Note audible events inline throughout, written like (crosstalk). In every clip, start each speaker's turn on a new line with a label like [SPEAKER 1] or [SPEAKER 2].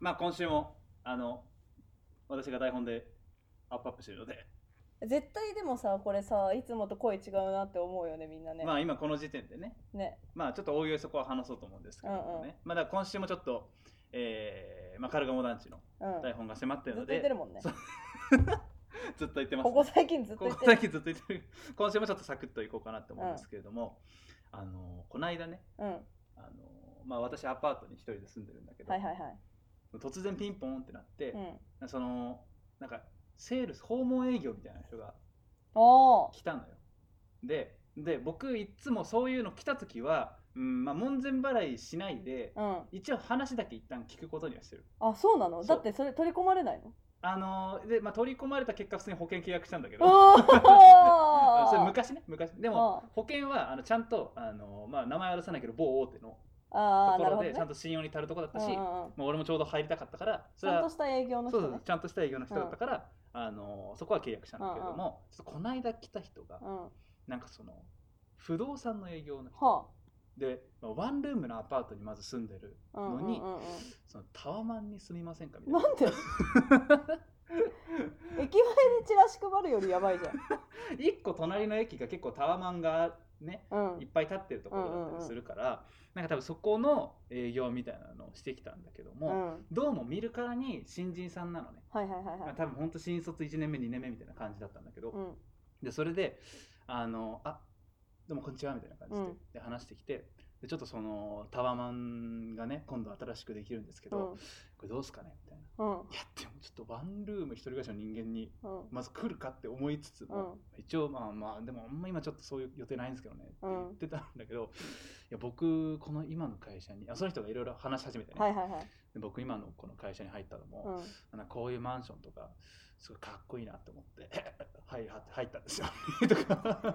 [SPEAKER 1] まあ今週もあの私が台本でアップアップしてるので、
[SPEAKER 2] 絶対でもさこれさいつもと声違うなって思うよねみんなね、
[SPEAKER 1] まあ今この時点でね
[SPEAKER 2] ね
[SPEAKER 1] まあちょっとおいおいそこは話そうと思うんですけどもね、
[SPEAKER 2] うんうん
[SPEAKER 1] まあだから今週もちょっと、えーまあ、カルガモ団地の
[SPEAKER 2] うん
[SPEAKER 1] 台本が迫ってる
[SPEAKER 2] ず
[SPEAKER 1] の
[SPEAKER 2] っと言
[SPEAKER 1] で、
[SPEAKER 2] ってるもんね
[SPEAKER 1] そうずっと言ってます、
[SPEAKER 2] ここ最近ずっと
[SPEAKER 1] こ
[SPEAKER 2] 言っ
[SPEAKER 1] こ
[SPEAKER 2] て
[SPEAKER 1] だ
[SPEAKER 2] る
[SPEAKER 1] けずっと言ってる今週もちょっとサクッといこうかなと思うんですけれども、あのこの間ね
[SPEAKER 2] うんは
[SPEAKER 1] あの、まあ、私アパートに一人で住んでるんだけ
[SPEAKER 2] い
[SPEAKER 1] ど、
[SPEAKER 2] はいはい
[SPEAKER 1] 突然ピンポンってなって、
[SPEAKER 2] うん
[SPEAKER 1] そのなんかセールス訪問営業みたいな人が
[SPEAKER 2] おー
[SPEAKER 1] 来たのよでで僕いつもそういうの来た時は、うんまあ、門前払いしないで、
[SPEAKER 2] うん
[SPEAKER 1] 一応話だけ一旦聞くことにはしてる
[SPEAKER 2] あそうなの
[SPEAKER 1] そう
[SPEAKER 2] だってそれ取り込まれないの
[SPEAKER 1] あので、まあ、取り込まれた結果普通に保険契約したんだけど
[SPEAKER 2] お
[SPEAKER 1] あ (laughs)
[SPEAKER 2] ー
[SPEAKER 1] それ昔ね昔でも
[SPEAKER 2] あ
[SPEAKER 1] 保険はあのちゃんとあの、まあ、名前は出さないけど某大手の
[SPEAKER 2] あ
[SPEAKER 1] と
[SPEAKER 2] ー
[SPEAKER 1] こ
[SPEAKER 2] なる
[SPEAKER 1] ろ
[SPEAKER 2] ほど
[SPEAKER 1] で
[SPEAKER 2] ね
[SPEAKER 1] ちゃんと信用に足るとこだったし、
[SPEAKER 2] うんう
[SPEAKER 1] まあ、
[SPEAKER 2] んうん
[SPEAKER 1] 俺もちょうど入りたかったからそ
[SPEAKER 2] ち
[SPEAKER 1] れ
[SPEAKER 2] ゃ
[SPEAKER 1] は
[SPEAKER 2] んとした営業の
[SPEAKER 1] そ
[SPEAKER 2] 人
[SPEAKER 1] うそう
[SPEAKER 2] ね
[SPEAKER 1] ちゃんとした営業の人だったから、あのそこは契約したんだけれども、ちょっとこの間来た人が、
[SPEAKER 2] うんは
[SPEAKER 1] なんかその不動産の営業の人
[SPEAKER 2] あ
[SPEAKER 1] で、まあワンルームのアパートにまず住んでる
[SPEAKER 2] うん
[SPEAKER 1] の
[SPEAKER 2] うん
[SPEAKER 1] に、
[SPEAKER 2] うんうん
[SPEAKER 1] そのタワマンに住みませんかみたい
[SPEAKER 2] な
[SPEAKER 1] なん (laughs)
[SPEAKER 2] で駅前でチラシ配るよりやばいじゃん
[SPEAKER 1] 一個隣の駅が結構タワマンがね
[SPEAKER 2] うん
[SPEAKER 1] (laughs) いっぱい立ってるところだったりするから、なんか多分そこの営業みたいなのをしてきたんだけど
[SPEAKER 2] う
[SPEAKER 1] も、
[SPEAKER 2] ん
[SPEAKER 1] どうも見るからに新人さんなのね、
[SPEAKER 2] はいはいはい
[SPEAKER 1] ま
[SPEAKER 2] は
[SPEAKER 1] あ
[SPEAKER 2] い
[SPEAKER 1] 多分ほんと新卒1年目2年目みたいな感じだったんだけど、
[SPEAKER 2] うん
[SPEAKER 1] でそれで「あのあどうもこんにちは」みたいな感じで,、
[SPEAKER 2] うん
[SPEAKER 1] で話してきてでちょっとそのタワマンがね今度新しくできるんですけ
[SPEAKER 2] う
[SPEAKER 1] ど、
[SPEAKER 2] ん
[SPEAKER 1] これどうすかねみたいな「
[SPEAKER 2] うん
[SPEAKER 1] いやでもちょっとワンルーム一人暮らしの人間に
[SPEAKER 2] うん
[SPEAKER 1] まず来るか?」って思いつつも、一応まあまあでもあんま今ちょっとそういう予定ないんですけどねって言ってたんだけど、いや僕この今の会社にあその人がいろいろ話し始めてね、
[SPEAKER 2] はいはいはい
[SPEAKER 1] で僕今のこの会社に入ったのも、
[SPEAKER 2] うん
[SPEAKER 1] なんかこういうマンションとかすごいかっこいいなと思って (laughs) はいは入ったん
[SPEAKER 2] (laughs)
[SPEAKER 1] ですよとか
[SPEAKER 2] どうい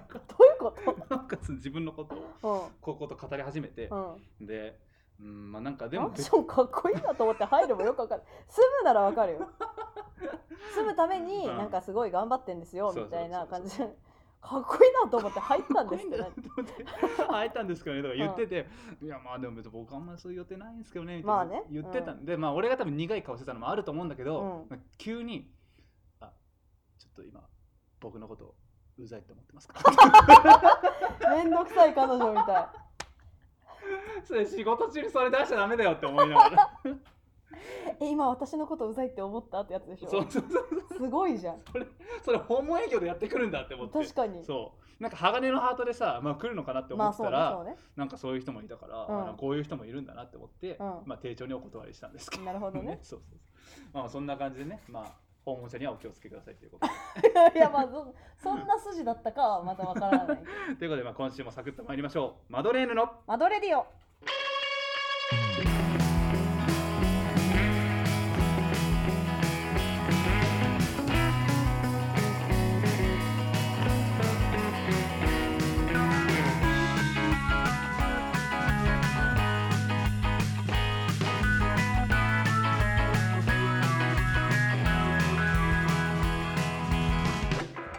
[SPEAKER 2] うこと
[SPEAKER 1] なんかその自分のことをこういうこと語り始めて
[SPEAKER 2] う、んうん
[SPEAKER 1] でうんまあなんかで
[SPEAKER 2] マ
[SPEAKER 1] も
[SPEAKER 2] ンションかっこいいなと思って入るもよくわかる住むならわかるよ住むために
[SPEAKER 1] うん
[SPEAKER 2] なんかすごい頑張ってんです
[SPEAKER 1] そ
[SPEAKER 2] よ
[SPEAKER 1] うそう
[SPEAKER 2] みたい
[SPEAKER 1] そ
[SPEAKER 2] な
[SPEAKER 1] うそ
[SPEAKER 2] 感
[SPEAKER 1] う
[SPEAKER 2] じかっこいいなと思って入ったん
[SPEAKER 1] かっこ
[SPEAKER 2] で
[SPEAKER 1] い
[SPEAKER 2] す
[SPEAKER 1] い
[SPEAKER 2] っ
[SPEAKER 1] ん
[SPEAKER 2] て
[SPEAKER 1] だなと
[SPEAKER 2] な
[SPEAKER 1] 思って (laughs) 入ったんですけどねとか言ってて、いやまあでも別に僕あんまりそういう予定ないんですけどねみたいな
[SPEAKER 2] まあね
[SPEAKER 1] 言ってたんで、まあ俺が多分苦い顔してたのもあると思うんだけど、
[SPEAKER 2] う
[SPEAKER 1] 急に「あちょっと今僕のことうざいって思ってますか? 」
[SPEAKER 2] めんどくさい彼女みたい
[SPEAKER 1] (laughs) それ仕事中にそれ出しちゃダメだよって思いながら
[SPEAKER 2] え今私のことうざいって思ったってやつで
[SPEAKER 1] (laughs)
[SPEAKER 2] し
[SPEAKER 1] そう
[SPEAKER 2] ょ
[SPEAKER 1] そうそう
[SPEAKER 2] すごいじゃん
[SPEAKER 1] それ訪問営業でやってくるんだって思って
[SPEAKER 2] 確かに
[SPEAKER 1] そうなんか鋼のハートでさ、まあ、来るのかなって思
[SPEAKER 2] まあ
[SPEAKER 1] って
[SPEAKER 2] そ
[SPEAKER 1] た
[SPEAKER 2] うね
[SPEAKER 1] ら、
[SPEAKER 2] そうね
[SPEAKER 1] なんかそういう人もいたから、
[SPEAKER 2] うん
[SPEAKER 1] あのこういう人もいるんだなって思って、
[SPEAKER 2] うん
[SPEAKER 1] まあ、丁重にお断りしたんですけど
[SPEAKER 2] なるほどね
[SPEAKER 1] そうそうそうまあそんな感じでね、まあ、訪問者にはお気をつけくださいということで
[SPEAKER 2] (laughs) いやまあそそんな筋だったかはまだわから
[SPEAKER 1] (laughs)
[SPEAKER 2] ない
[SPEAKER 1] ということで、まあ、今週もサクッと参りましょうマドレーヌの
[SPEAKER 2] マドレディオ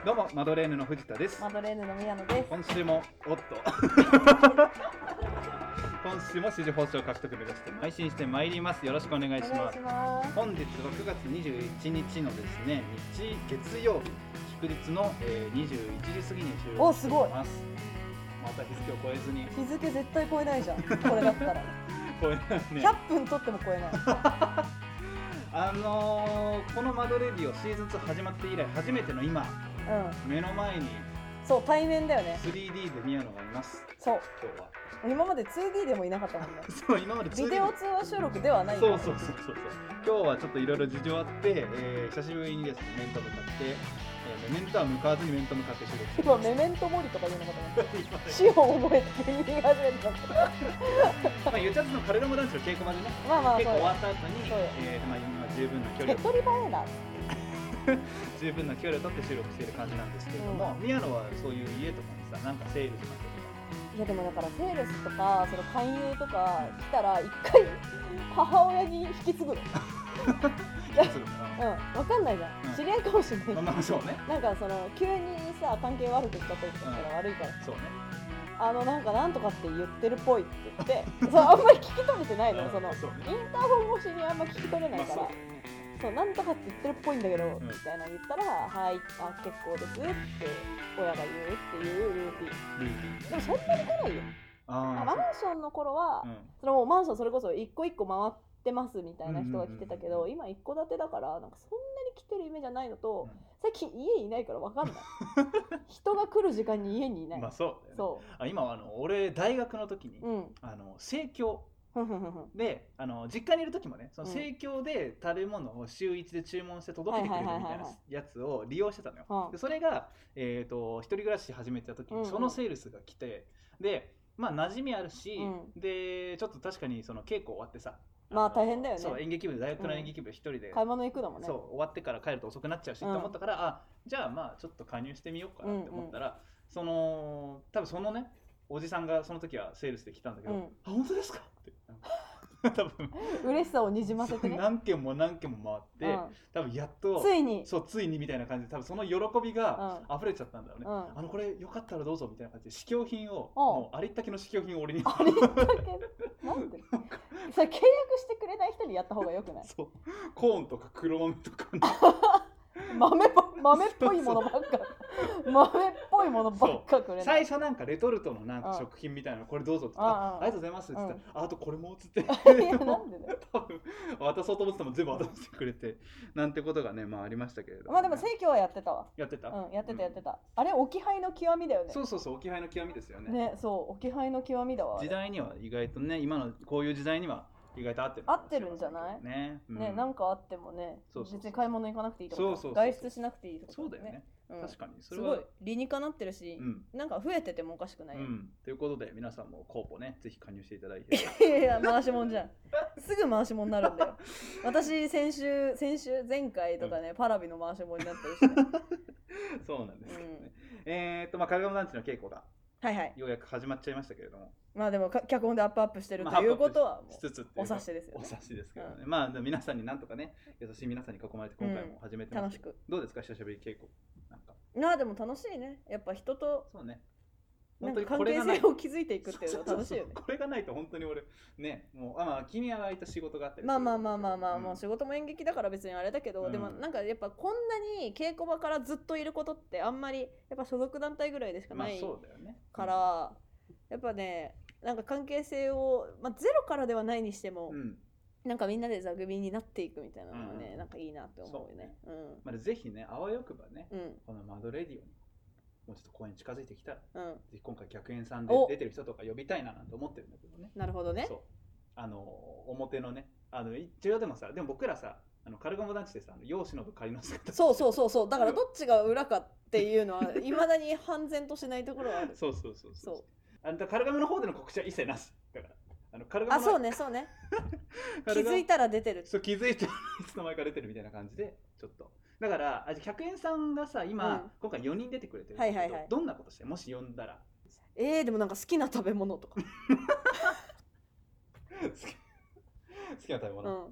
[SPEAKER 1] どうもマドレーヌの藤田です
[SPEAKER 2] マドレーヌの宮野です
[SPEAKER 1] 今週もおっ (laughs) と今週も支持報酬獲得目指して邁進してまいりますよろしくお願い
[SPEAKER 2] お
[SPEAKER 1] し
[SPEAKER 2] 願
[SPEAKER 1] ま
[SPEAKER 2] い
[SPEAKER 1] す
[SPEAKER 2] します
[SPEAKER 1] 本日は9月21日のですね日月曜日祝日の、えー、21時過ぎに収
[SPEAKER 2] お
[SPEAKER 1] 録し
[SPEAKER 2] すごい
[SPEAKER 1] ますまた日付を超えずに
[SPEAKER 2] 日付絶対超えないじゃんこれ
[SPEAKER 1] (laughs)
[SPEAKER 2] だったら
[SPEAKER 1] 超えないね
[SPEAKER 2] 100分取っても超えない
[SPEAKER 1] あのーこのマドレディオシーズン2始まって以来初めての今
[SPEAKER 2] う
[SPEAKER 1] 目の前に
[SPEAKER 2] んそう対面だよね
[SPEAKER 1] 3D で宮野がいます
[SPEAKER 2] そう
[SPEAKER 1] 今日は
[SPEAKER 2] 今まで 2D でもいなかったもんね
[SPEAKER 1] (laughs) そう今まで 2D
[SPEAKER 2] ビデオ通話収録ではない
[SPEAKER 1] そうそうそうそうそう今日はちょっといろいろ事情あって、えー久しぶりにですね面と向かって、えーメメントは向かわずに面と向かって収録して
[SPEAKER 2] 今
[SPEAKER 1] ます
[SPEAKER 2] メメントモリとか言うのかと思っ
[SPEAKER 1] 今ね
[SPEAKER 2] た死を覚えて言い始めた
[SPEAKER 1] まあ、ゆちゃつのカルガモ男子の稽古場でね、
[SPEAKER 2] まあまあ
[SPEAKER 1] 結
[SPEAKER 2] そ
[SPEAKER 1] 構
[SPEAKER 2] う
[SPEAKER 1] 終わ
[SPEAKER 2] よ
[SPEAKER 1] った後に、
[SPEAKER 2] そうよ
[SPEAKER 1] えーまあ、今十分な距離
[SPEAKER 2] 手っ (laughs)
[SPEAKER 1] を
[SPEAKER 2] 取り早いな
[SPEAKER 1] 十分な距離を取って収録している感じなんですけれども、宮野はそういう家とかにさ、なんかセールとか
[SPEAKER 2] いやでもだからセールスとかその勧誘とか来たら一回母親に引き継ぐのうん (laughs)
[SPEAKER 1] とか、するのか
[SPEAKER 2] 分かんないじゃ
[SPEAKER 1] うん
[SPEAKER 2] ん知り合いかもしれない
[SPEAKER 1] な。まあまあそうね、
[SPEAKER 2] なんかその急にさ関係悪くしちゃったりとかしたら悪いから、
[SPEAKER 1] そうね。
[SPEAKER 2] あのなんかなんとかって言ってるっぽいって
[SPEAKER 1] (laughs)
[SPEAKER 2] 言ってそうあんまり聞き取れてないのよそのイン
[SPEAKER 1] そうね
[SPEAKER 2] ターホン越しにあんま聞き取れない
[SPEAKER 1] まあ
[SPEAKER 2] か
[SPEAKER 1] そう
[SPEAKER 2] ら
[SPEAKER 1] だよね
[SPEAKER 2] そうなんとかって言ってるっぽいんだけど、みたいなの言ったら「はいあ結構です」って親が言うっていうルーティン
[SPEAKER 1] ルーティン
[SPEAKER 2] でもそんなに来ないよあマ
[SPEAKER 1] あ
[SPEAKER 2] ンションの頃は、
[SPEAKER 1] あ、うん、
[SPEAKER 2] それもうマンションそれこそ一個一個回ってますみたいな人が来てたけど、
[SPEAKER 1] うんうん
[SPEAKER 2] 今一戸建てだからなんかそんなに来てるイメージはないのと、
[SPEAKER 1] うん
[SPEAKER 2] 最近家いないからわかん
[SPEAKER 1] (laughs)
[SPEAKER 2] ない人が来る時間に家にいない、
[SPEAKER 1] まあそうだよね
[SPEAKER 2] そ
[SPEAKER 1] あ今はあの俺大学の時に、
[SPEAKER 2] ううん
[SPEAKER 1] あの生協
[SPEAKER 2] ふんふんふんふん
[SPEAKER 1] であの実家にいる時もねその
[SPEAKER 2] うん
[SPEAKER 1] 生協で食べ物を週一で注文して届けてくれるみ
[SPEAKER 2] はい
[SPEAKER 1] た
[SPEAKER 2] はい
[SPEAKER 1] い
[SPEAKER 2] はい
[SPEAKER 1] な
[SPEAKER 2] はい
[SPEAKER 1] やつを利用してたのよ。
[SPEAKER 2] は
[SPEAKER 1] でそれが、えー、と一人暮らし始めた時
[SPEAKER 2] うんう
[SPEAKER 1] に
[SPEAKER 2] ん
[SPEAKER 1] そのセールスが来て、でまあ馴染みあるし、
[SPEAKER 2] う
[SPEAKER 1] でちょっと確かにその稽古終わってさ
[SPEAKER 2] まあ
[SPEAKER 1] の
[SPEAKER 2] 大変だよね
[SPEAKER 1] そう演劇部で大学の演劇部で一人で、
[SPEAKER 2] あ買い物行くのもね
[SPEAKER 1] そう終わってから帰ると遅くなっちゃうし、
[SPEAKER 2] うん
[SPEAKER 1] と思ったからあじゃあまあちょっと加入してみようかなって思ったら、その多分そのねおじさんがその時はセールスで来たんだけど「
[SPEAKER 2] うん
[SPEAKER 1] あ本当ですか?」って (laughs) なんか多分
[SPEAKER 2] 嬉しさをにじませてね、
[SPEAKER 1] 何軒も何軒も回って、多分やっ
[SPEAKER 2] う
[SPEAKER 1] と
[SPEAKER 2] ん、ついに
[SPEAKER 1] そうついにみたいな感じで多分その喜びが溢れちゃったんだろうね、
[SPEAKER 2] うん
[SPEAKER 1] あのこれよかったらどうぞみたいな感じで試供品を、
[SPEAKER 2] うん
[SPEAKER 1] もうありったけの試供品を俺に
[SPEAKER 2] あれだけなんでそれ契約してくれない人にやった方がよくな
[SPEAKER 1] (laughs)
[SPEAKER 2] い
[SPEAKER 1] そうコーンとか黒豆とかね
[SPEAKER 2] 豆ば豆っぽいものばっか豆っぽいものばっかくれな
[SPEAKER 1] 最
[SPEAKER 2] い
[SPEAKER 1] 初なんかレトルトのなんか食品みたいなのこれどうぞって言って
[SPEAKER 2] うんうん
[SPEAKER 1] あありがとうございますって言ってたら、ああとこれもっつ
[SPEAKER 2] (laughs)
[SPEAKER 1] って
[SPEAKER 2] いやなんでだよ
[SPEAKER 1] 多分渡そうと思ってたもん全部渡してくれてなんてことがねまあありましたけれど、
[SPEAKER 2] まあでも生協はやってたわ
[SPEAKER 1] やってた、
[SPEAKER 2] うんやってたやってた、あれ置き配の極みだよね
[SPEAKER 1] そうそうそう置き配の極みですよね
[SPEAKER 2] ねそう置き配の極みだわあれ
[SPEAKER 1] 時代には意外とね今のこういう時代には意外と合ってる
[SPEAKER 2] 合ってるんじゃない
[SPEAKER 1] ね,、う
[SPEAKER 2] ね、なんかあってもね
[SPEAKER 1] そうそうそう
[SPEAKER 2] 別に買い物行かなくていいとか
[SPEAKER 1] そうそうそう
[SPEAKER 2] 外出しなくていいとか、
[SPEAKER 1] そうだよね、
[SPEAKER 2] うん
[SPEAKER 1] 確かにそ
[SPEAKER 2] す
[SPEAKER 1] れ
[SPEAKER 2] ご
[SPEAKER 1] はい
[SPEAKER 2] 理にかなってるし、
[SPEAKER 1] うん
[SPEAKER 2] なんか増えててもおかしくない、
[SPEAKER 1] うん、ということで皆さんもコーポねぜひ加入していただいて
[SPEAKER 2] いやいや回しもんじゃんすぐ回しもんになるんだよ私先週先週前回とかね、パラビの回しもんになってるし、ね、
[SPEAKER 1] そうなんですけどね、えーっとまあカルガモ団地の稽古が
[SPEAKER 2] はいはい
[SPEAKER 1] ようやく始まっちゃいましたけれども
[SPEAKER 2] まあでもか脚本でアップアップしてる
[SPEAKER 1] ま
[SPEAKER 2] と
[SPEAKER 1] あ
[SPEAKER 2] いうことは
[SPEAKER 1] アッ
[SPEAKER 2] も
[SPEAKER 1] プし
[SPEAKER 2] う
[SPEAKER 1] つつってい
[SPEAKER 2] お
[SPEAKER 1] うか
[SPEAKER 2] 察しですよ
[SPEAKER 1] お
[SPEAKER 2] ね
[SPEAKER 1] 察しですけどね、まあでも皆さんになんとかね優しい皆さんに囲まれて今回も始めてます、
[SPEAKER 2] 楽しく
[SPEAKER 1] どうですか久しぶり稽古なんか
[SPEAKER 2] なあでも楽しいねやっぱ人と
[SPEAKER 1] そうね
[SPEAKER 2] な
[SPEAKER 1] 本
[SPEAKER 2] ん
[SPEAKER 1] 当
[SPEAKER 2] か
[SPEAKER 1] に
[SPEAKER 2] 関
[SPEAKER 1] これ
[SPEAKER 2] 係
[SPEAKER 1] がない
[SPEAKER 2] 性を築いていくっていうのは楽しいよ
[SPEAKER 1] そうそ
[SPEAKER 2] ね
[SPEAKER 1] うそうこれがないと本当に俺ねもうあまあ君は空いた仕事があったり
[SPEAKER 2] まあまあまあまあまあ、
[SPEAKER 1] ん
[SPEAKER 2] もう仕事も演劇だから別にあれだけど、
[SPEAKER 1] うん
[SPEAKER 2] でもなんかやっぱこんなに稽古場からずっといることってあんまりやっぱ所属団体ぐらいでしか
[SPEAKER 1] まあ
[SPEAKER 2] ない
[SPEAKER 1] そうだよね
[SPEAKER 2] から、やっぱねなんか関係性を、まあ、ゼロからではないにしても、
[SPEAKER 1] うん、
[SPEAKER 2] なんかみんなで座組になっていくみたいなのはね、
[SPEAKER 1] うん
[SPEAKER 2] なんかいいなって思うよね。う
[SPEAKER 1] まあ、ぜひねあわよくばね
[SPEAKER 2] んうん
[SPEAKER 1] このマドレディオにもうちょっと公演近づいてきたら
[SPEAKER 2] うん、
[SPEAKER 1] ぜひ今回客演さんで
[SPEAKER 2] お
[SPEAKER 1] 出てる人とか呼びたいななんて思ってるんだけどね
[SPEAKER 2] なるほどね
[SPEAKER 1] そうあの表のねあの一応でもさでも僕らさあのカルガモ団地でさあの容姿のと借りの姿
[SPEAKER 2] そうそうそうそうだからどっちが裏かっていうのはいまだに判然としないところはあ
[SPEAKER 1] (laughs)
[SPEAKER 2] る
[SPEAKER 1] そうそうそう
[SPEAKER 2] そう
[SPEAKER 1] あんたカルガモの方での告知は一切なしだからあのカルガ
[SPEAKER 2] あ
[SPEAKER 1] モ
[SPEAKER 2] そう
[SPEAKER 1] ね
[SPEAKER 2] ねそうね気
[SPEAKER 1] カルガモ
[SPEAKER 2] づいたら出てる
[SPEAKER 1] そう気づいていつの間にか出てるみたいな感じでちょっとだからあじゃあ客演さんがさ今、
[SPEAKER 2] うん
[SPEAKER 1] 今回4人出てくれてるんだけど、
[SPEAKER 2] はいはいはい
[SPEAKER 1] どんなことしてもし呼んだら
[SPEAKER 2] えー、でもなんか好きな食べ物とか、
[SPEAKER 1] 好き好きな食べ
[SPEAKER 2] う
[SPEAKER 1] 物、
[SPEAKER 2] ん、
[SPEAKER 1] うん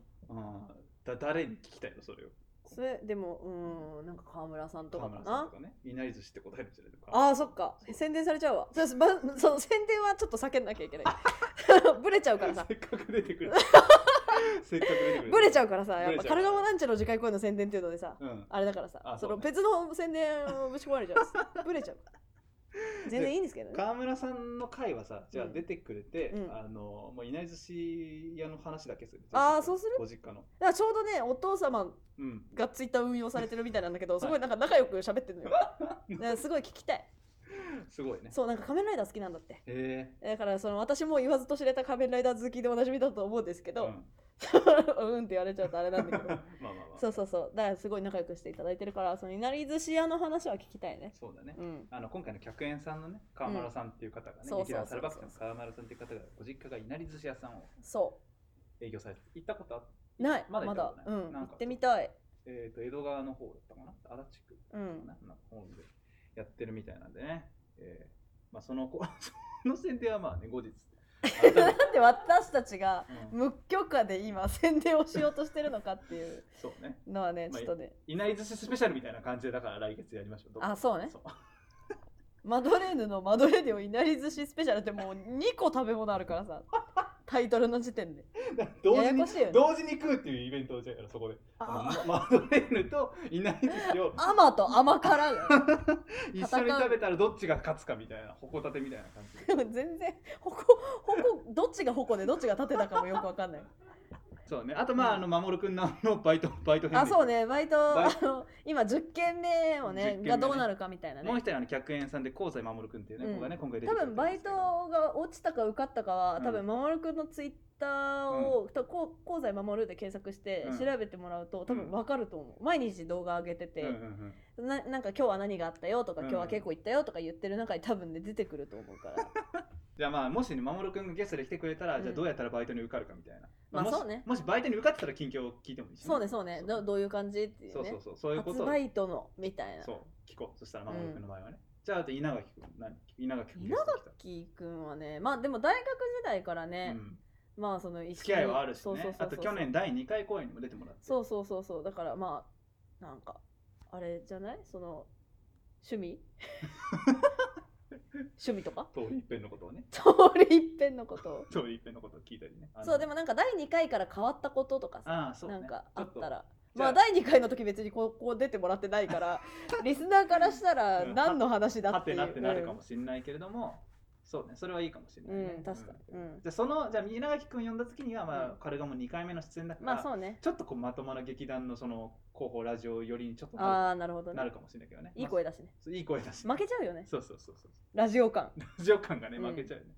[SPEAKER 1] だ誰に聞きたいのそれを
[SPEAKER 2] それでもうーんなんか川村さんとか
[SPEAKER 1] 河
[SPEAKER 2] か
[SPEAKER 1] 村さん
[SPEAKER 2] な
[SPEAKER 1] とかねいなり寿司って答えるんじゃないとか
[SPEAKER 2] ああーそっか宣伝されちゃうわそうですばその宣伝はちょっと避けなきゃいけない
[SPEAKER 1] (laughs)
[SPEAKER 2] (laughs) ブレちゃうからさ
[SPEAKER 1] せっかく出て
[SPEAKER 2] (laughs)
[SPEAKER 1] くるせっかく出てくる
[SPEAKER 2] ブレちゃ
[SPEAKER 1] う
[SPEAKER 2] うからさやっぱ
[SPEAKER 1] ブレちゃう
[SPEAKER 2] カルガモ団地の次回公演の宣伝っていうのでさ
[SPEAKER 1] うん
[SPEAKER 2] あれだからさ
[SPEAKER 1] あ
[SPEAKER 2] そ
[SPEAKER 1] そう
[SPEAKER 2] の
[SPEAKER 1] ね
[SPEAKER 2] 別の宣伝をぶち込まれちゃうブレちゃう全然いいんですけどね
[SPEAKER 1] 河村さんの回はさじゃあ
[SPEAKER 2] うん
[SPEAKER 1] 出てくれて、
[SPEAKER 2] うん
[SPEAKER 1] あのもういなり寿司屋の話だけする
[SPEAKER 2] あーそうする
[SPEAKER 1] ご実家の
[SPEAKER 2] だからちょうどねお父様
[SPEAKER 1] うん
[SPEAKER 2] がツイッター運用されてるみたいなんだけどすごいなんか仲良く喋ってるの
[SPEAKER 1] (laughs)
[SPEAKER 2] よだからすごい聞きたい
[SPEAKER 1] すごいね
[SPEAKER 2] そうなんか仮面ライダー好きなんだって
[SPEAKER 1] へ
[SPEAKER 2] だからその私も言わずと知れた仮面ライダー好きでおなじみだと思うんですけ
[SPEAKER 1] え
[SPEAKER 2] ど、
[SPEAKER 1] ん (laughs)
[SPEAKER 2] (laughs) うんって言われちゃうとあれなんだけ
[SPEAKER 1] まあ
[SPEAKER 2] ど
[SPEAKER 1] まあまあ
[SPEAKER 2] そうそうそうだからすごい仲良くしていただいてるからそのいなり寿司屋の話は聞きたいね
[SPEAKER 1] そうだね
[SPEAKER 2] うん
[SPEAKER 1] あの今回の客演さんのね川村さんっていう方がね、
[SPEAKER 2] そうそうそう
[SPEAKER 1] 劇団サルバックの川村さんっていう方がご実家がいなり寿司屋さんを
[SPEAKER 2] そ
[SPEAKER 1] 営業されて行ったことあっ
[SPEAKER 2] うない
[SPEAKER 1] まだ行
[SPEAKER 2] ま
[SPEAKER 1] った
[SPEAKER 2] だ
[SPEAKER 1] ことない
[SPEAKER 2] うん
[SPEAKER 1] な
[SPEAKER 2] 行
[SPEAKER 1] んか
[SPEAKER 2] ってみたい
[SPEAKER 1] えー、と江戸川の方だったかな足立区
[SPEAKER 2] う
[SPEAKER 1] か
[SPEAKER 2] (laughs) ん
[SPEAKER 1] なの方でやってるみたいなんでね、えーまあ、そのこ (laughs) その宣伝はまあね後
[SPEAKER 2] (laughs)
[SPEAKER 1] 日改めて
[SPEAKER 2] なんで私たちが
[SPEAKER 1] うん
[SPEAKER 2] 無許可で今宣伝をしようとしてるのかっていう
[SPEAKER 1] そうね
[SPEAKER 2] のはね
[SPEAKER 1] ま
[SPEAKER 2] ち
[SPEAKER 1] あ
[SPEAKER 2] ょっとね
[SPEAKER 1] いない寿司スペシャルみたいな感じでだから来月やりましょうどこか
[SPEAKER 2] あそうね
[SPEAKER 1] そう
[SPEAKER 2] マドレーヌのマドレーヌをいなり寿司スペシャルってもう2個食べ物あるから
[SPEAKER 1] (laughs)
[SPEAKER 2] さタイトルの時点で
[SPEAKER 1] 同時
[SPEAKER 2] やや
[SPEAKER 1] に
[SPEAKER 2] こしいよね
[SPEAKER 1] 同時に食うっていうイベントじゃからそこで
[SPEAKER 2] あ
[SPEAKER 1] あのマドレーヌといなり寿司を
[SPEAKER 2] 甘と甘辛だよ (laughs)
[SPEAKER 1] 一緒に食べたらどっちが勝つかみたいな矛盾みたいな感じで
[SPEAKER 2] でも全然ほこほこどっちがほこでどっちが縦だかもよくわかんない
[SPEAKER 1] そうねあとまああの守君ののバイトバイト編
[SPEAKER 2] あ
[SPEAKER 1] で
[SPEAKER 2] そうねバイト
[SPEAKER 1] バイ
[SPEAKER 2] あの今10件目を
[SPEAKER 1] 10
[SPEAKER 2] ね
[SPEAKER 1] 件目ね
[SPEAKER 2] がどうなるかみたいな
[SPEAKER 1] もう
[SPEAKER 2] ね
[SPEAKER 1] 一人あの100円さんで香西守君っていうね、
[SPEAKER 2] うん
[SPEAKER 1] 子がね今回出て
[SPEAKER 2] 多
[SPEAKER 1] きてくれ
[SPEAKER 2] 分
[SPEAKER 1] たん
[SPEAKER 2] バ
[SPEAKER 1] で
[SPEAKER 2] イ
[SPEAKER 1] す
[SPEAKER 2] ト
[SPEAKER 1] けど
[SPEAKER 2] が落ちたか受かったかは
[SPEAKER 1] うん
[SPEAKER 2] 多分守君のツイッターを、とこう香西守で検索して
[SPEAKER 1] うん
[SPEAKER 2] 調べてもらうと多
[SPEAKER 1] うん
[SPEAKER 2] 分わかると思う毎日動画上げてて、
[SPEAKER 1] うんうん
[SPEAKER 2] ななんか今日は何があったよとか
[SPEAKER 1] うん
[SPEAKER 2] 今日は結構行ったよとか言ってる中に多分ね出てくると思うから
[SPEAKER 1] (laughs) じゃあまあもしね守君がゲストで来てくれたら、
[SPEAKER 2] うん
[SPEAKER 1] じゃあどうやったらバイトに受かるかみたいな、
[SPEAKER 2] まあ
[SPEAKER 1] もし
[SPEAKER 2] そうね
[SPEAKER 1] もしバイトに受かってたら近況を聞いてもいいし、
[SPEAKER 2] そうねそうねどどういう感じっていう
[SPEAKER 1] そう
[SPEAKER 2] ね
[SPEAKER 1] そうそうそういうこ
[SPEAKER 2] 初
[SPEAKER 1] とを
[SPEAKER 2] バイトのみたいな
[SPEAKER 1] そう聞こうそしたら守君の場合はね、じゃああと稲垣君何稲垣君
[SPEAKER 2] 稲
[SPEAKER 1] ゲストに来た
[SPEAKER 2] キー君はねまあでも大学時代からね、
[SPEAKER 1] うん
[SPEAKER 2] まあその一緒に
[SPEAKER 1] 付き合いはあるし
[SPEAKER 2] そうそうそ
[SPEAKER 1] ね
[SPEAKER 2] うそう
[SPEAKER 1] あと去年第2回公演にも出てもらって
[SPEAKER 2] そうそうそうそうだからまあなんかあれじゃないその
[SPEAKER 1] (laughs)
[SPEAKER 2] 趣味趣味とか
[SPEAKER 1] 通り一遍のことをね
[SPEAKER 2] 通り一遍のことを
[SPEAKER 1] 通り一遍のことを聞いたりねあの
[SPEAKER 2] そうでもなんか第2回から変わったこととかさ、
[SPEAKER 1] ああそう、ね、
[SPEAKER 2] なんかあったら
[SPEAKER 1] じゃ
[SPEAKER 2] ま
[SPEAKER 1] あ
[SPEAKER 2] あ第2回の時別にこうこう出てもらってないから
[SPEAKER 1] (laughs)
[SPEAKER 2] リスナーからしたら
[SPEAKER 1] うん
[SPEAKER 2] 何の話だ
[SPEAKER 1] は
[SPEAKER 2] ってい
[SPEAKER 1] て
[SPEAKER 2] う
[SPEAKER 1] なってなるか
[SPEAKER 2] う
[SPEAKER 1] もしれないけれども、そうねそれはいいかもしれない、
[SPEAKER 2] ん
[SPEAKER 1] ね
[SPEAKER 2] うん確かに、うん、
[SPEAKER 1] じゃあそのじゃあ稲垣君呼んだ時にはまあ、
[SPEAKER 2] うん
[SPEAKER 1] 彼がもう2回目の出演だから、
[SPEAKER 2] まあそうね
[SPEAKER 1] ちょっとこうまともな劇団のその広報ラジオ寄りにちょっとな
[SPEAKER 2] ああなるほど
[SPEAKER 1] る
[SPEAKER 2] ね
[SPEAKER 1] なるかもしれないけどね
[SPEAKER 2] いい声だしね
[SPEAKER 1] そういい声だし
[SPEAKER 2] 負けちゃうよね
[SPEAKER 1] そうそうそうそう
[SPEAKER 2] ラジ
[SPEAKER 1] (laughs)
[SPEAKER 2] オ感
[SPEAKER 1] ラジオ感がね
[SPEAKER 2] うん
[SPEAKER 1] 負けちゃうよね、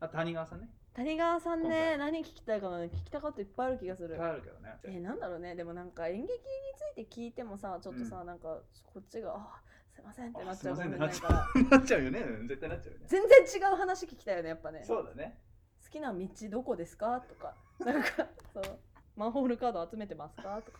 [SPEAKER 1] あと谷川さんね
[SPEAKER 2] 谷川さん
[SPEAKER 1] 今回
[SPEAKER 2] ね何聞きたいかな聞きたかったいっぱいある気がす
[SPEAKER 1] いっ
[SPEAKER 2] る
[SPEAKER 1] ぱいあるけどね
[SPEAKER 2] えーなんだろうねでもなんか演劇について聞いてもさちょっとさ、
[SPEAKER 1] う
[SPEAKER 2] なんかこっちがあすいませんってな
[SPEAKER 1] あ
[SPEAKER 2] っ
[SPEAKER 1] す
[SPEAKER 2] ち
[SPEAKER 1] い
[SPEAKER 2] ゃう
[SPEAKER 1] ま
[SPEAKER 2] か
[SPEAKER 1] せん
[SPEAKER 2] も
[SPEAKER 1] っ
[SPEAKER 2] して
[SPEAKER 1] な
[SPEAKER 2] れな
[SPEAKER 1] っち
[SPEAKER 2] いか
[SPEAKER 1] ゃ
[SPEAKER 2] ら
[SPEAKER 1] (laughs) う (laughs) なっちゃうよねうん絶対なっちゃうよね
[SPEAKER 2] 全然違う話聞きたいよねやっぱね
[SPEAKER 1] そうだね
[SPEAKER 2] 好きな道どこですかとかな
[SPEAKER 1] (laughs)
[SPEAKER 2] んかそうマンホールカード集めてますかとか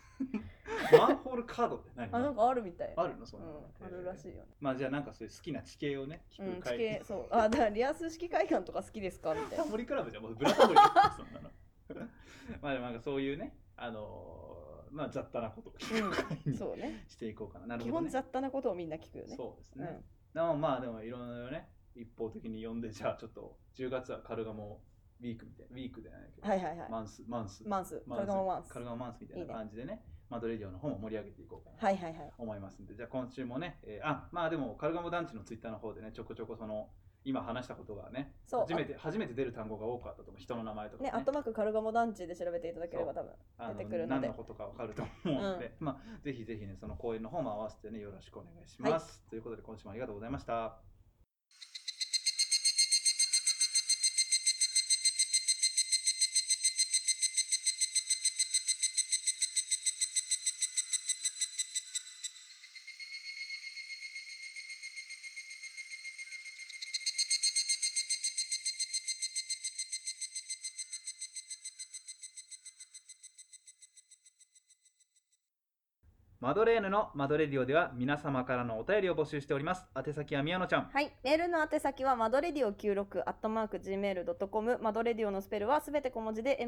[SPEAKER 1] マンホールカードって何
[SPEAKER 2] あなんかあるみたい
[SPEAKER 1] あるのそ
[SPEAKER 2] うんん
[SPEAKER 1] なの、
[SPEAKER 2] あるらしいよね
[SPEAKER 1] まあじゃあなんかそういう好きな地形をね聞
[SPEAKER 2] うん
[SPEAKER 1] く
[SPEAKER 2] 地
[SPEAKER 1] 会、
[SPEAKER 2] 形そうあだからリアス式会館とか好きですかみたい
[SPEAKER 1] タ
[SPEAKER 2] な
[SPEAKER 1] モリクラブじゃんもうブラタモリだよそんなの (laughs) まあでもなんかそういうねあのー、まあ雑多なことを聞 (laughs) く会に
[SPEAKER 2] そうね
[SPEAKER 1] していこうかななる
[SPEAKER 2] 基
[SPEAKER 1] ほど
[SPEAKER 2] 本
[SPEAKER 1] ね
[SPEAKER 2] 雑多なことをみんな聞くよね
[SPEAKER 1] そうです
[SPEAKER 2] う
[SPEAKER 1] ね、
[SPEAKER 2] ん
[SPEAKER 1] でもまあでもいろいろね一方的に呼んでじゃあちょっと10月はカルガモウィークみたいなウィークじゃないけど、
[SPEAKER 2] はいはいはい
[SPEAKER 1] マンスマンス
[SPEAKER 2] マンスカルガモマンス
[SPEAKER 1] カ
[SPEAKER 2] は
[SPEAKER 1] ル
[SPEAKER 2] い
[SPEAKER 1] ガモマンスみたいな感じでねマドレディオの方も盛り上げていこうかな
[SPEAKER 2] はいはい
[SPEAKER 1] 思いますんで、じゃあ今週もね、えーあまあでもカルガモ団地のツイッターの方でねちょこちょこその今話したことがね
[SPEAKER 2] そう
[SPEAKER 1] 初めて初めて出る単語が多かったと思う人の名前とか
[SPEAKER 2] ね、アットマークカルガモ団地で調べていただければ
[SPEAKER 1] そ
[SPEAKER 2] 多分
[SPEAKER 1] あの
[SPEAKER 2] 出てくるので
[SPEAKER 1] 何のことかわかると思うので、まあ、ぜひぜひねその講演の方も合わせてねよろしくお願いします、ということで今週もありがとうございましたマドレーヌのマドレディオでは皆様からのお便りを募集しております宛先は宮野ちゃん
[SPEAKER 2] はいメールの宛先はマドレディオ96アットマーク Gmail.com マドレディオのスペルはすべて小文字で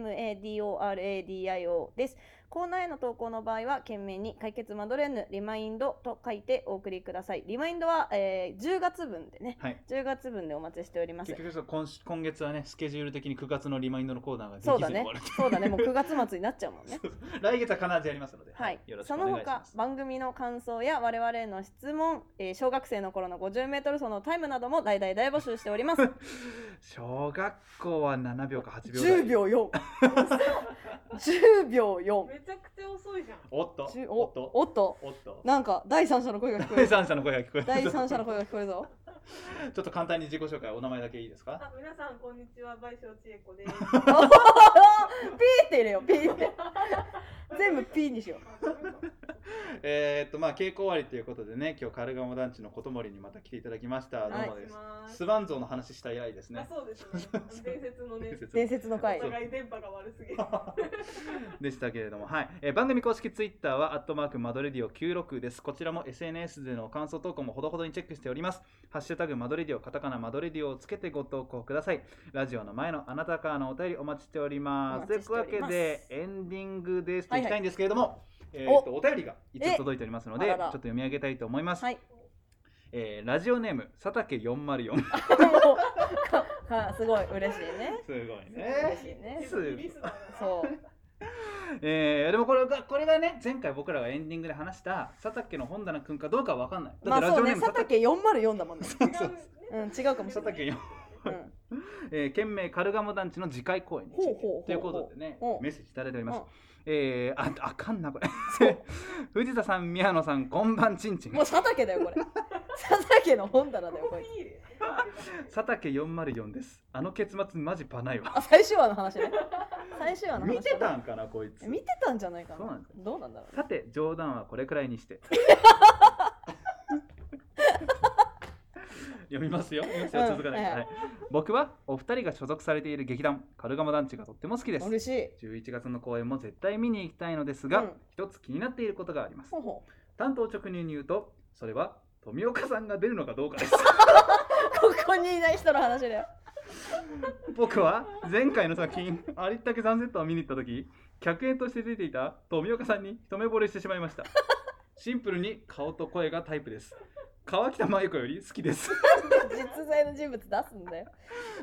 [SPEAKER 2] MADORADIO ですコーナーへの投稿の場合は懸命に解決マドレーヌリマインドと書いてお送りくださいリマインドは、えー、10月分でね
[SPEAKER 1] はい
[SPEAKER 2] 10月分でお待ちしております
[SPEAKER 1] 結局そう今し今月はねスケジュール的に9月のリマインドのコーナーができず
[SPEAKER 2] そう
[SPEAKER 1] に
[SPEAKER 2] だ
[SPEAKER 1] 終
[SPEAKER 2] ね
[SPEAKER 1] わる、
[SPEAKER 2] そうだねもう9月末になっちゃうもんね
[SPEAKER 1] 来 (laughs) 月は必ずやりますので、
[SPEAKER 2] はい、
[SPEAKER 1] よろしく
[SPEAKER 2] そ
[SPEAKER 1] お
[SPEAKER 2] の
[SPEAKER 1] 願いし
[SPEAKER 2] 他
[SPEAKER 1] ます
[SPEAKER 2] 番組の感想や我々への質問、えー小学生の頃の 50m 走のタイムなども大々大募集しております
[SPEAKER 1] 小学校は7秒か8秒台
[SPEAKER 2] 10秒4
[SPEAKER 1] (laughs)
[SPEAKER 2] 10秒4
[SPEAKER 3] めちゃくちゃ遅いじゃん。
[SPEAKER 1] おっと
[SPEAKER 2] じゅ
[SPEAKER 1] おっと
[SPEAKER 2] おっと
[SPEAKER 1] おっと
[SPEAKER 2] なんか第三者の声が聞こえ
[SPEAKER 1] 第 (laughs)
[SPEAKER 2] る
[SPEAKER 1] 三者の声が聞こえる
[SPEAKER 2] 第三者の声が聞こえるぞ
[SPEAKER 1] (laughs) ちょっと簡単に自己紹介お名前だけいいですか
[SPEAKER 3] あ、皆さんこんにちは、倍賞千恵子 (laughs) です。
[SPEAKER 2] おーピーって入れようピーって全部ピーにしよ
[SPEAKER 1] えーっとまあ稽古終わりということでね今日カルガモ団地のこともりにまた来ていただきましたどう
[SPEAKER 2] はい
[SPEAKER 1] も
[SPEAKER 3] お願い
[SPEAKER 1] で
[SPEAKER 3] し
[SPEAKER 1] す、
[SPEAKER 3] ます
[SPEAKER 1] スワン像の話した以来です
[SPEAKER 3] あ、
[SPEAKER 1] ね
[SPEAKER 3] そうですね。伝説のね
[SPEAKER 1] 伝。説
[SPEAKER 2] う伝説の
[SPEAKER 3] お
[SPEAKER 2] 回
[SPEAKER 1] そう
[SPEAKER 3] 互い電波が悪すぎる。
[SPEAKER 1] (laughs) でしたけれども、はいえー番組公式ツイッターは「アットマークマドレディオ96」ですこちらも SNS での感想投稿もほどほどにチェックしております「ハッシュタグマドレディオ」カタカナマドレディオをつけてご投稿くださいラジオの前のあなたからのお便りお待ちしております
[SPEAKER 2] お待ちしております
[SPEAKER 1] というわけでエンディングですと
[SPEAKER 2] はいい
[SPEAKER 1] き
[SPEAKER 2] はい
[SPEAKER 1] たいんですけれども、えーっとお便りが一応
[SPEAKER 2] え
[SPEAKER 1] 届いておりますので
[SPEAKER 2] あ
[SPEAKER 1] ちょっ
[SPEAKER 2] ら
[SPEAKER 1] と
[SPEAKER 2] ら
[SPEAKER 1] 読み上げたいと思います、
[SPEAKER 2] はい
[SPEAKER 1] えーラジオネーム佐竹404
[SPEAKER 2] か (laughs) かすごい嬉しいね。
[SPEAKER 1] すごい
[SPEAKER 2] 嬉
[SPEAKER 1] ね
[SPEAKER 2] しいね。
[SPEAKER 1] す
[SPEAKER 3] リスだな
[SPEAKER 2] そう。
[SPEAKER 1] えーでもこれがこれがね前回僕らがエンディングで話した佐竹の本棚くんかどうかは分かんないだ
[SPEAKER 2] ま
[SPEAKER 1] っ
[SPEAKER 2] あ
[SPEAKER 1] てラジオ
[SPEAKER 2] そう
[SPEAKER 1] ネー
[SPEAKER 2] ね。
[SPEAKER 1] ム
[SPEAKER 2] 佐
[SPEAKER 1] 佐竹
[SPEAKER 2] 竹四マル四だもんね。
[SPEAKER 3] 違うね
[SPEAKER 2] うん違う
[SPEAKER 1] 佐
[SPEAKER 2] かもしれない。
[SPEAKER 1] 竹4
[SPEAKER 2] うん
[SPEAKER 1] えー、県名カルガモ団地の次回公演につい
[SPEAKER 2] ほ
[SPEAKER 1] て
[SPEAKER 2] うほうほうほう
[SPEAKER 1] ということでね
[SPEAKER 2] うん
[SPEAKER 1] メッセージいただいております
[SPEAKER 2] うん
[SPEAKER 1] えー、ああかんなこれ
[SPEAKER 2] そう。
[SPEAKER 1] (laughs) 藤田さん宮野さんこんばんちんちん
[SPEAKER 2] もう佐竹だよこ
[SPEAKER 1] (laughs)
[SPEAKER 2] れ。佐竹の本棚だよこれ。
[SPEAKER 1] 佐竹404ですあの結末マジパないわ
[SPEAKER 2] あ最終話の話ね。最終話の話。
[SPEAKER 1] 見てたんかなこいつ
[SPEAKER 2] 見てたんじゃないか
[SPEAKER 1] そうな
[SPEAKER 2] なん
[SPEAKER 1] です。
[SPEAKER 2] どうなんだろうね。
[SPEAKER 1] さて冗談はこれくらいにして (laughs) 読みますよ読みますよ
[SPEAKER 2] うん
[SPEAKER 1] 続かない、
[SPEAKER 2] はいはい
[SPEAKER 1] はい、僕はお二人が所属されている劇団カルガモ団地がとっても好きです
[SPEAKER 2] 嬉しい。
[SPEAKER 1] 11月の公演も絶対見に行きたいのですが、
[SPEAKER 2] うん
[SPEAKER 1] 一つ気になっていることがあります
[SPEAKER 2] ほうほう。
[SPEAKER 1] 担当直入に言うとそれは富岡さんが出るのかどうかです
[SPEAKER 2] ここにいない人の話だよ。
[SPEAKER 1] 僕は前回の作品「ありったけサンセット」を見に行った時客演として出ていた富岡さんに一目惚れしてしまいましたシンプルに顔と声がタイプです川北麻由子より好きです
[SPEAKER 2] 実在の人物出すんだよ。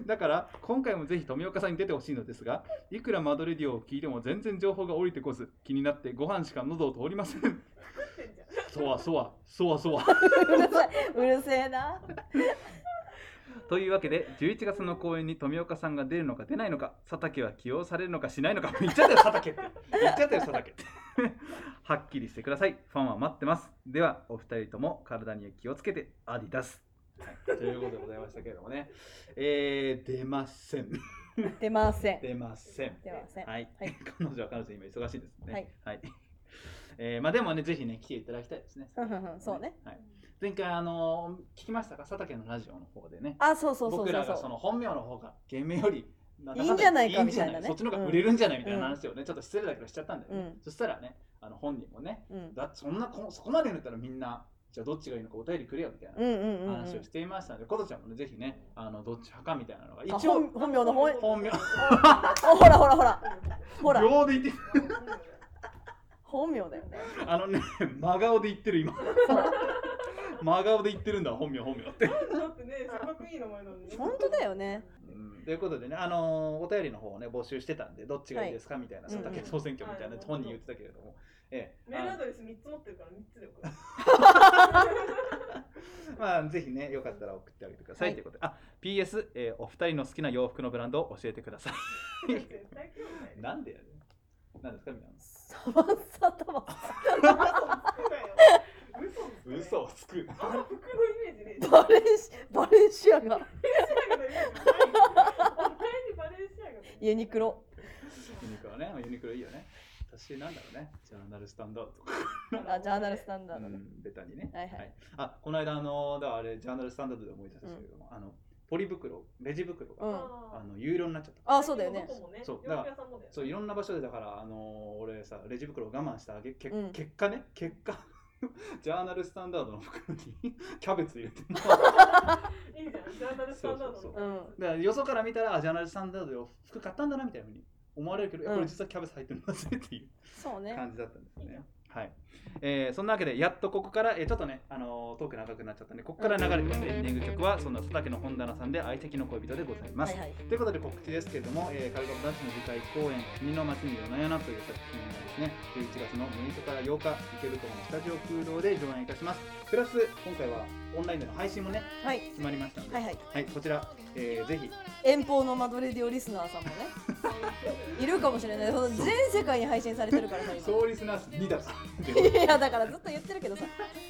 [SPEAKER 1] だから今回もぜひ富岡さんに出てほしいのですがいくらマドレディオを聞いても全然情報が降りてこず気になってご飯しか喉を通りませんそわそわそわそわ
[SPEAKER 2] うるさいうるせえな。
[SPEAKER 1] というわけで11月の公演に富岡さんが出るのか出ないのか佐竹は起用されるのかしないのか言っちゃったよ佐竹って言っちゃったよ佐竹って (laughs) はっきりしてくださいファンは待ってますではお二人とも体に気をつけてアディダス、はい、ということでございましたけれどもねえー、出ません
[SPEAKER 2] 出ません。
[SPEAKER 1] 出ません
[SPEAKER 2] 出ません。
[SPEAKER 1] はい、
[SPEAKER 2] はい
[SPEAKER 1] 彼女は彼女で今忙しいですね
[SPEAKER 2] はい、
[SPEAKER 1] えーまあでもねぜひね来ていただきたいですね
[SPEAKER 2] ふんふんふんそうね。
[SPEAKER 1] はい、前回あのー聞きましたか佐竹のラジオの方でね
[SPEAKER 2] あ、そうそうそう
[SPEAKER 1] 僕
[SPEAKER 2] そ
[SPEAKER 1] ら
[SPEAKER 2] う
[SPEAKER 1] がそ
[SPEAKER 2] そう。
[SPEAKER 1] の本名の方が芸名よりなんだ
[SPEAKER 2] いいんじゃないか
[SPEAKER 1] んじゃ
[SPEAKER 2] みたいなね
[SPEAKER 1] そっちの方が売れるんじゃないみたい
[SPEAKER 2] うん
[SPEAKER 1] な話をね、ちょっと失礼だけどしちゃったんだよね、
[SPEAKER 2] うん
[SPEAKER 1] そしたらねあの本人もね
[SPEAKER 2] うん。
[SPEAKER 1] だってそんなこそこまで言うんだったらみんなじゃあどっちがいいのかお便りくれよみたい
[SPEAKER 2] うんうんう
[SPEAKER 1] なん
[SPEAKER 2] うん
[SPEAKER 1] 話をしていましたので、ことちゃんもねぜひねあのどっち派かみたいなのが
[SPEAKER 2] あ
[SPEAKER 1] 一
[SPEAKER 2] 本
[SPEAKER 1] 応
[SPEAKER 2] 本名の本
[SPEAKER 1] 本名
[SPEAKER 2] あほらほらほらほら
[SPEAKER 1] 秒で言って
[SPEAKER 2] 本名だよね。
[SPEAKER 1] あのね真顔で言ってる今
[SPEAKER 2] そう
[SPEAKER 1] (laughs) 真顔で言ってるんだ本名本名って
[SPEAKER 3] だってね、すごくいい名前なのに。
[SPEAKER 2] 本当だよね。
[SPEAKER 1] ということでね、あのーお便りの方をね募集してたんでどっちがいいですか、みたいな
[SPEAKER 2] うんうん
[SPEAKER 1] 佐竹総選挙みたいな、
[SPEAKER 3] はい
[SPEAKER 1] 本人言ってたけれども、ええ
[SPEAKER 3] メールア
[SPEAKER 1] あ
[SPEAKER 3] ドレス三つ持ってるから三つで送る。
[SPEAKER 1] のまあぜひねよかったら送ってあげてください、
[SPEAKER 2] はい
[SPEAKER 1] ということであ PS、えーお二人の好きな洋服のブランドを教えてくださ
[SPEAKER 3] 絶対興味ない
[SPEAKER 1] いなんでやねんなんですかみんな
[SPEAKER 2] サバンサタバ
[SPEAKER 3] 嘘つくなよ。嘘つくなよ。
[SPEAKER 1] 嘘をつく
[SPEAKER 3] あんま服のイメー
[SPEAKER 2] (laughs)
[SPEAKER 3] ジね。
[SPEAKER 2] バレンシバレンシアが (laughs)
[SPEAKER 3] バレンシアガのイメージない。お前にバレンシアガのイメージ
[SPEAKER 2] ユニクロ。
[SPEAKER 1] ユニクロねユニクロいいよね私なんだろうねジャーナルスタンダードとか
[SPEAKER 2] あジャーナルスタンダード
[SPEAKER 1] う
[SPEAKER 2] ね。
[SPEAKER 1] んベタにね、
[SPEAKER 2] はいはい
[SPEAKER 1] あこの間あのだからあれジャーナルスタンダードで思い出したんですけれども、あのポリ袋レジ袋
[SPEAKER 2] う
[SPEAKER 1] が、
[SPEAKER 2] ん。
[SPEAKER 1] あの有料になっちゃった
[SPEAKER 2] あ、そうだよね
[SPEAKER 3] ど。こもね
[SPEAKER 1] そう
[SPEAKER 3] 洋服屋さんもだよ。
[SPEAKER 1] そういろんな場所でだから、あのー俺さレジ袋を我慢したあげけ、
[SPEAKER 2] うん
[SPEAKER 1] 結果ね結果 (laughs) ジャーナルスタンダードの袋に (laughs) キャベツ入れて
[SPEAKER 3] いいじゃん。ジャーナルスタンダードの。
[SPEAKER 1] そうそう
[SPEAKER 2] そううん
[SPEAKER 1] だからよそから見たらあジャーナルスタンダードで服買ったんだなみたいなふうに思われるけど、いやこれ実はキャベツ入ってるんだぜっていう
[SPEAKER 2] そう (laughs) ね。
[SPEAKER 1] 感じだったんですね。はいえーそんなわけでやっとここから、えーちょっとね、あのートーク長くなっちゃったんでここから流れてるエンディング曲はそんな佐竹の本棚さんで相席の恋人でございます
[SPEAKER 2] はい。はい。
[SPEAKER 1] ということで告知ですけれども、えー、カルガモ男子の次回公演「君の街に夜な夜な」という作品がですね11月の6日から8日池袋のスタジオ空洞で上演いたしますプラス今回はオンラインでの配信もね
[SPEAKER 2] はい。
[SPEAKER 1] 決まりましたので、
[SPEAKER 2] は
[SPEAKER 1] はいい
[SPEAKER 2] はい。
[SPEAKER 1] こちら、えーぜひ
[SPEAKER 2] 遠方のマドレディオリスナーさ
[SPEAKER 1] (laughs)
[SPEAKER 2] んもね。いるかもしれない。その全世界に配信されてるからさ、今。
[SPEAKER 1] 総リスナース2だし (laughs)
[SPEAKER 2] いやだからずっと言ってるけどさ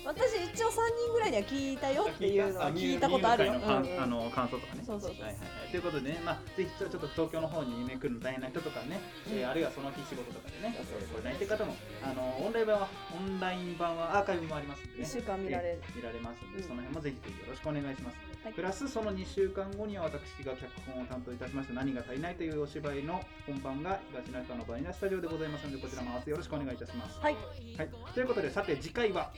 [SPEAKER 2] 私一応3人ぐらいには聞いたよっていうのは聞いたことあるよ、
[SPEAKER 1] ミュージカルの感
[SPEAKER 2] うんう
[SPEAKER 1] あ
[SPEAKER 2] ん
[SPEAKER 1] の感想とかね
[SPEAKER 2] そうそうそう
[SPEAKER 1] はいはいはい、ということでね、まあ、ぜひちょちょっと東京の方に、ね、来るの大変な人とかね、えーあるいはその日仕事とかでね、えー来れないって方もあのオンライン版はオンライン版はアーカイブもありますんで、ね、
[SPEAKER 2] 一週間見られる
[SPEAKER 1] えー見られますんで、
[SPEAKER 2] うん
[SPEAKER 1] その辺もぜひぜひよろしくお願いします、
[SPEAKER 2] はい
[SPEAKER 1] プラスその2週間後には私が脚本を担当いたしました何が足りないというお芝居の本番が東中野バニラスタジオでございますのでこちらも合わせよろしくお願いいたします、
[SPEAKER 2] はい
[SPEAKER 1] はい、ということでさて次回は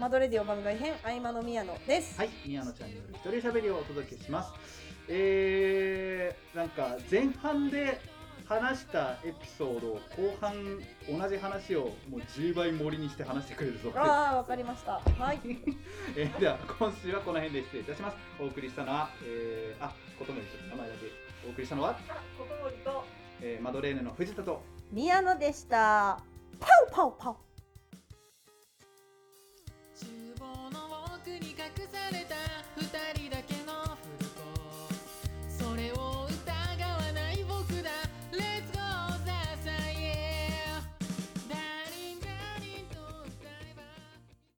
[SPEAKER 2] マドレディオ番外編合間の宮野です、
[SPEAKER 1] はい、宮野ちゃんによる一人喋りをお届けします。えー、なんか前半で話したエピソードを後半同じ話をもう10倍盛りにして話してくれるぞ
[SPEAKER 2] ああわかりましたはい
[SPEAKER 1] (laughs) えーでは今週はこの辺で失礼いたしますお送りしたのは、えー、あこともりちょっと名前だけお送りしたのは、
[SPEAKER 3] こともりと。
[SPEAKER 1] えーマドレーヌの藤田と
[SPEAKER 2] 宮野
[SPEAKER 1] (laughs)
[SPEAKER 2] でしたパウパウパウ
[SPEAKER 4] 厨房の奥に隠された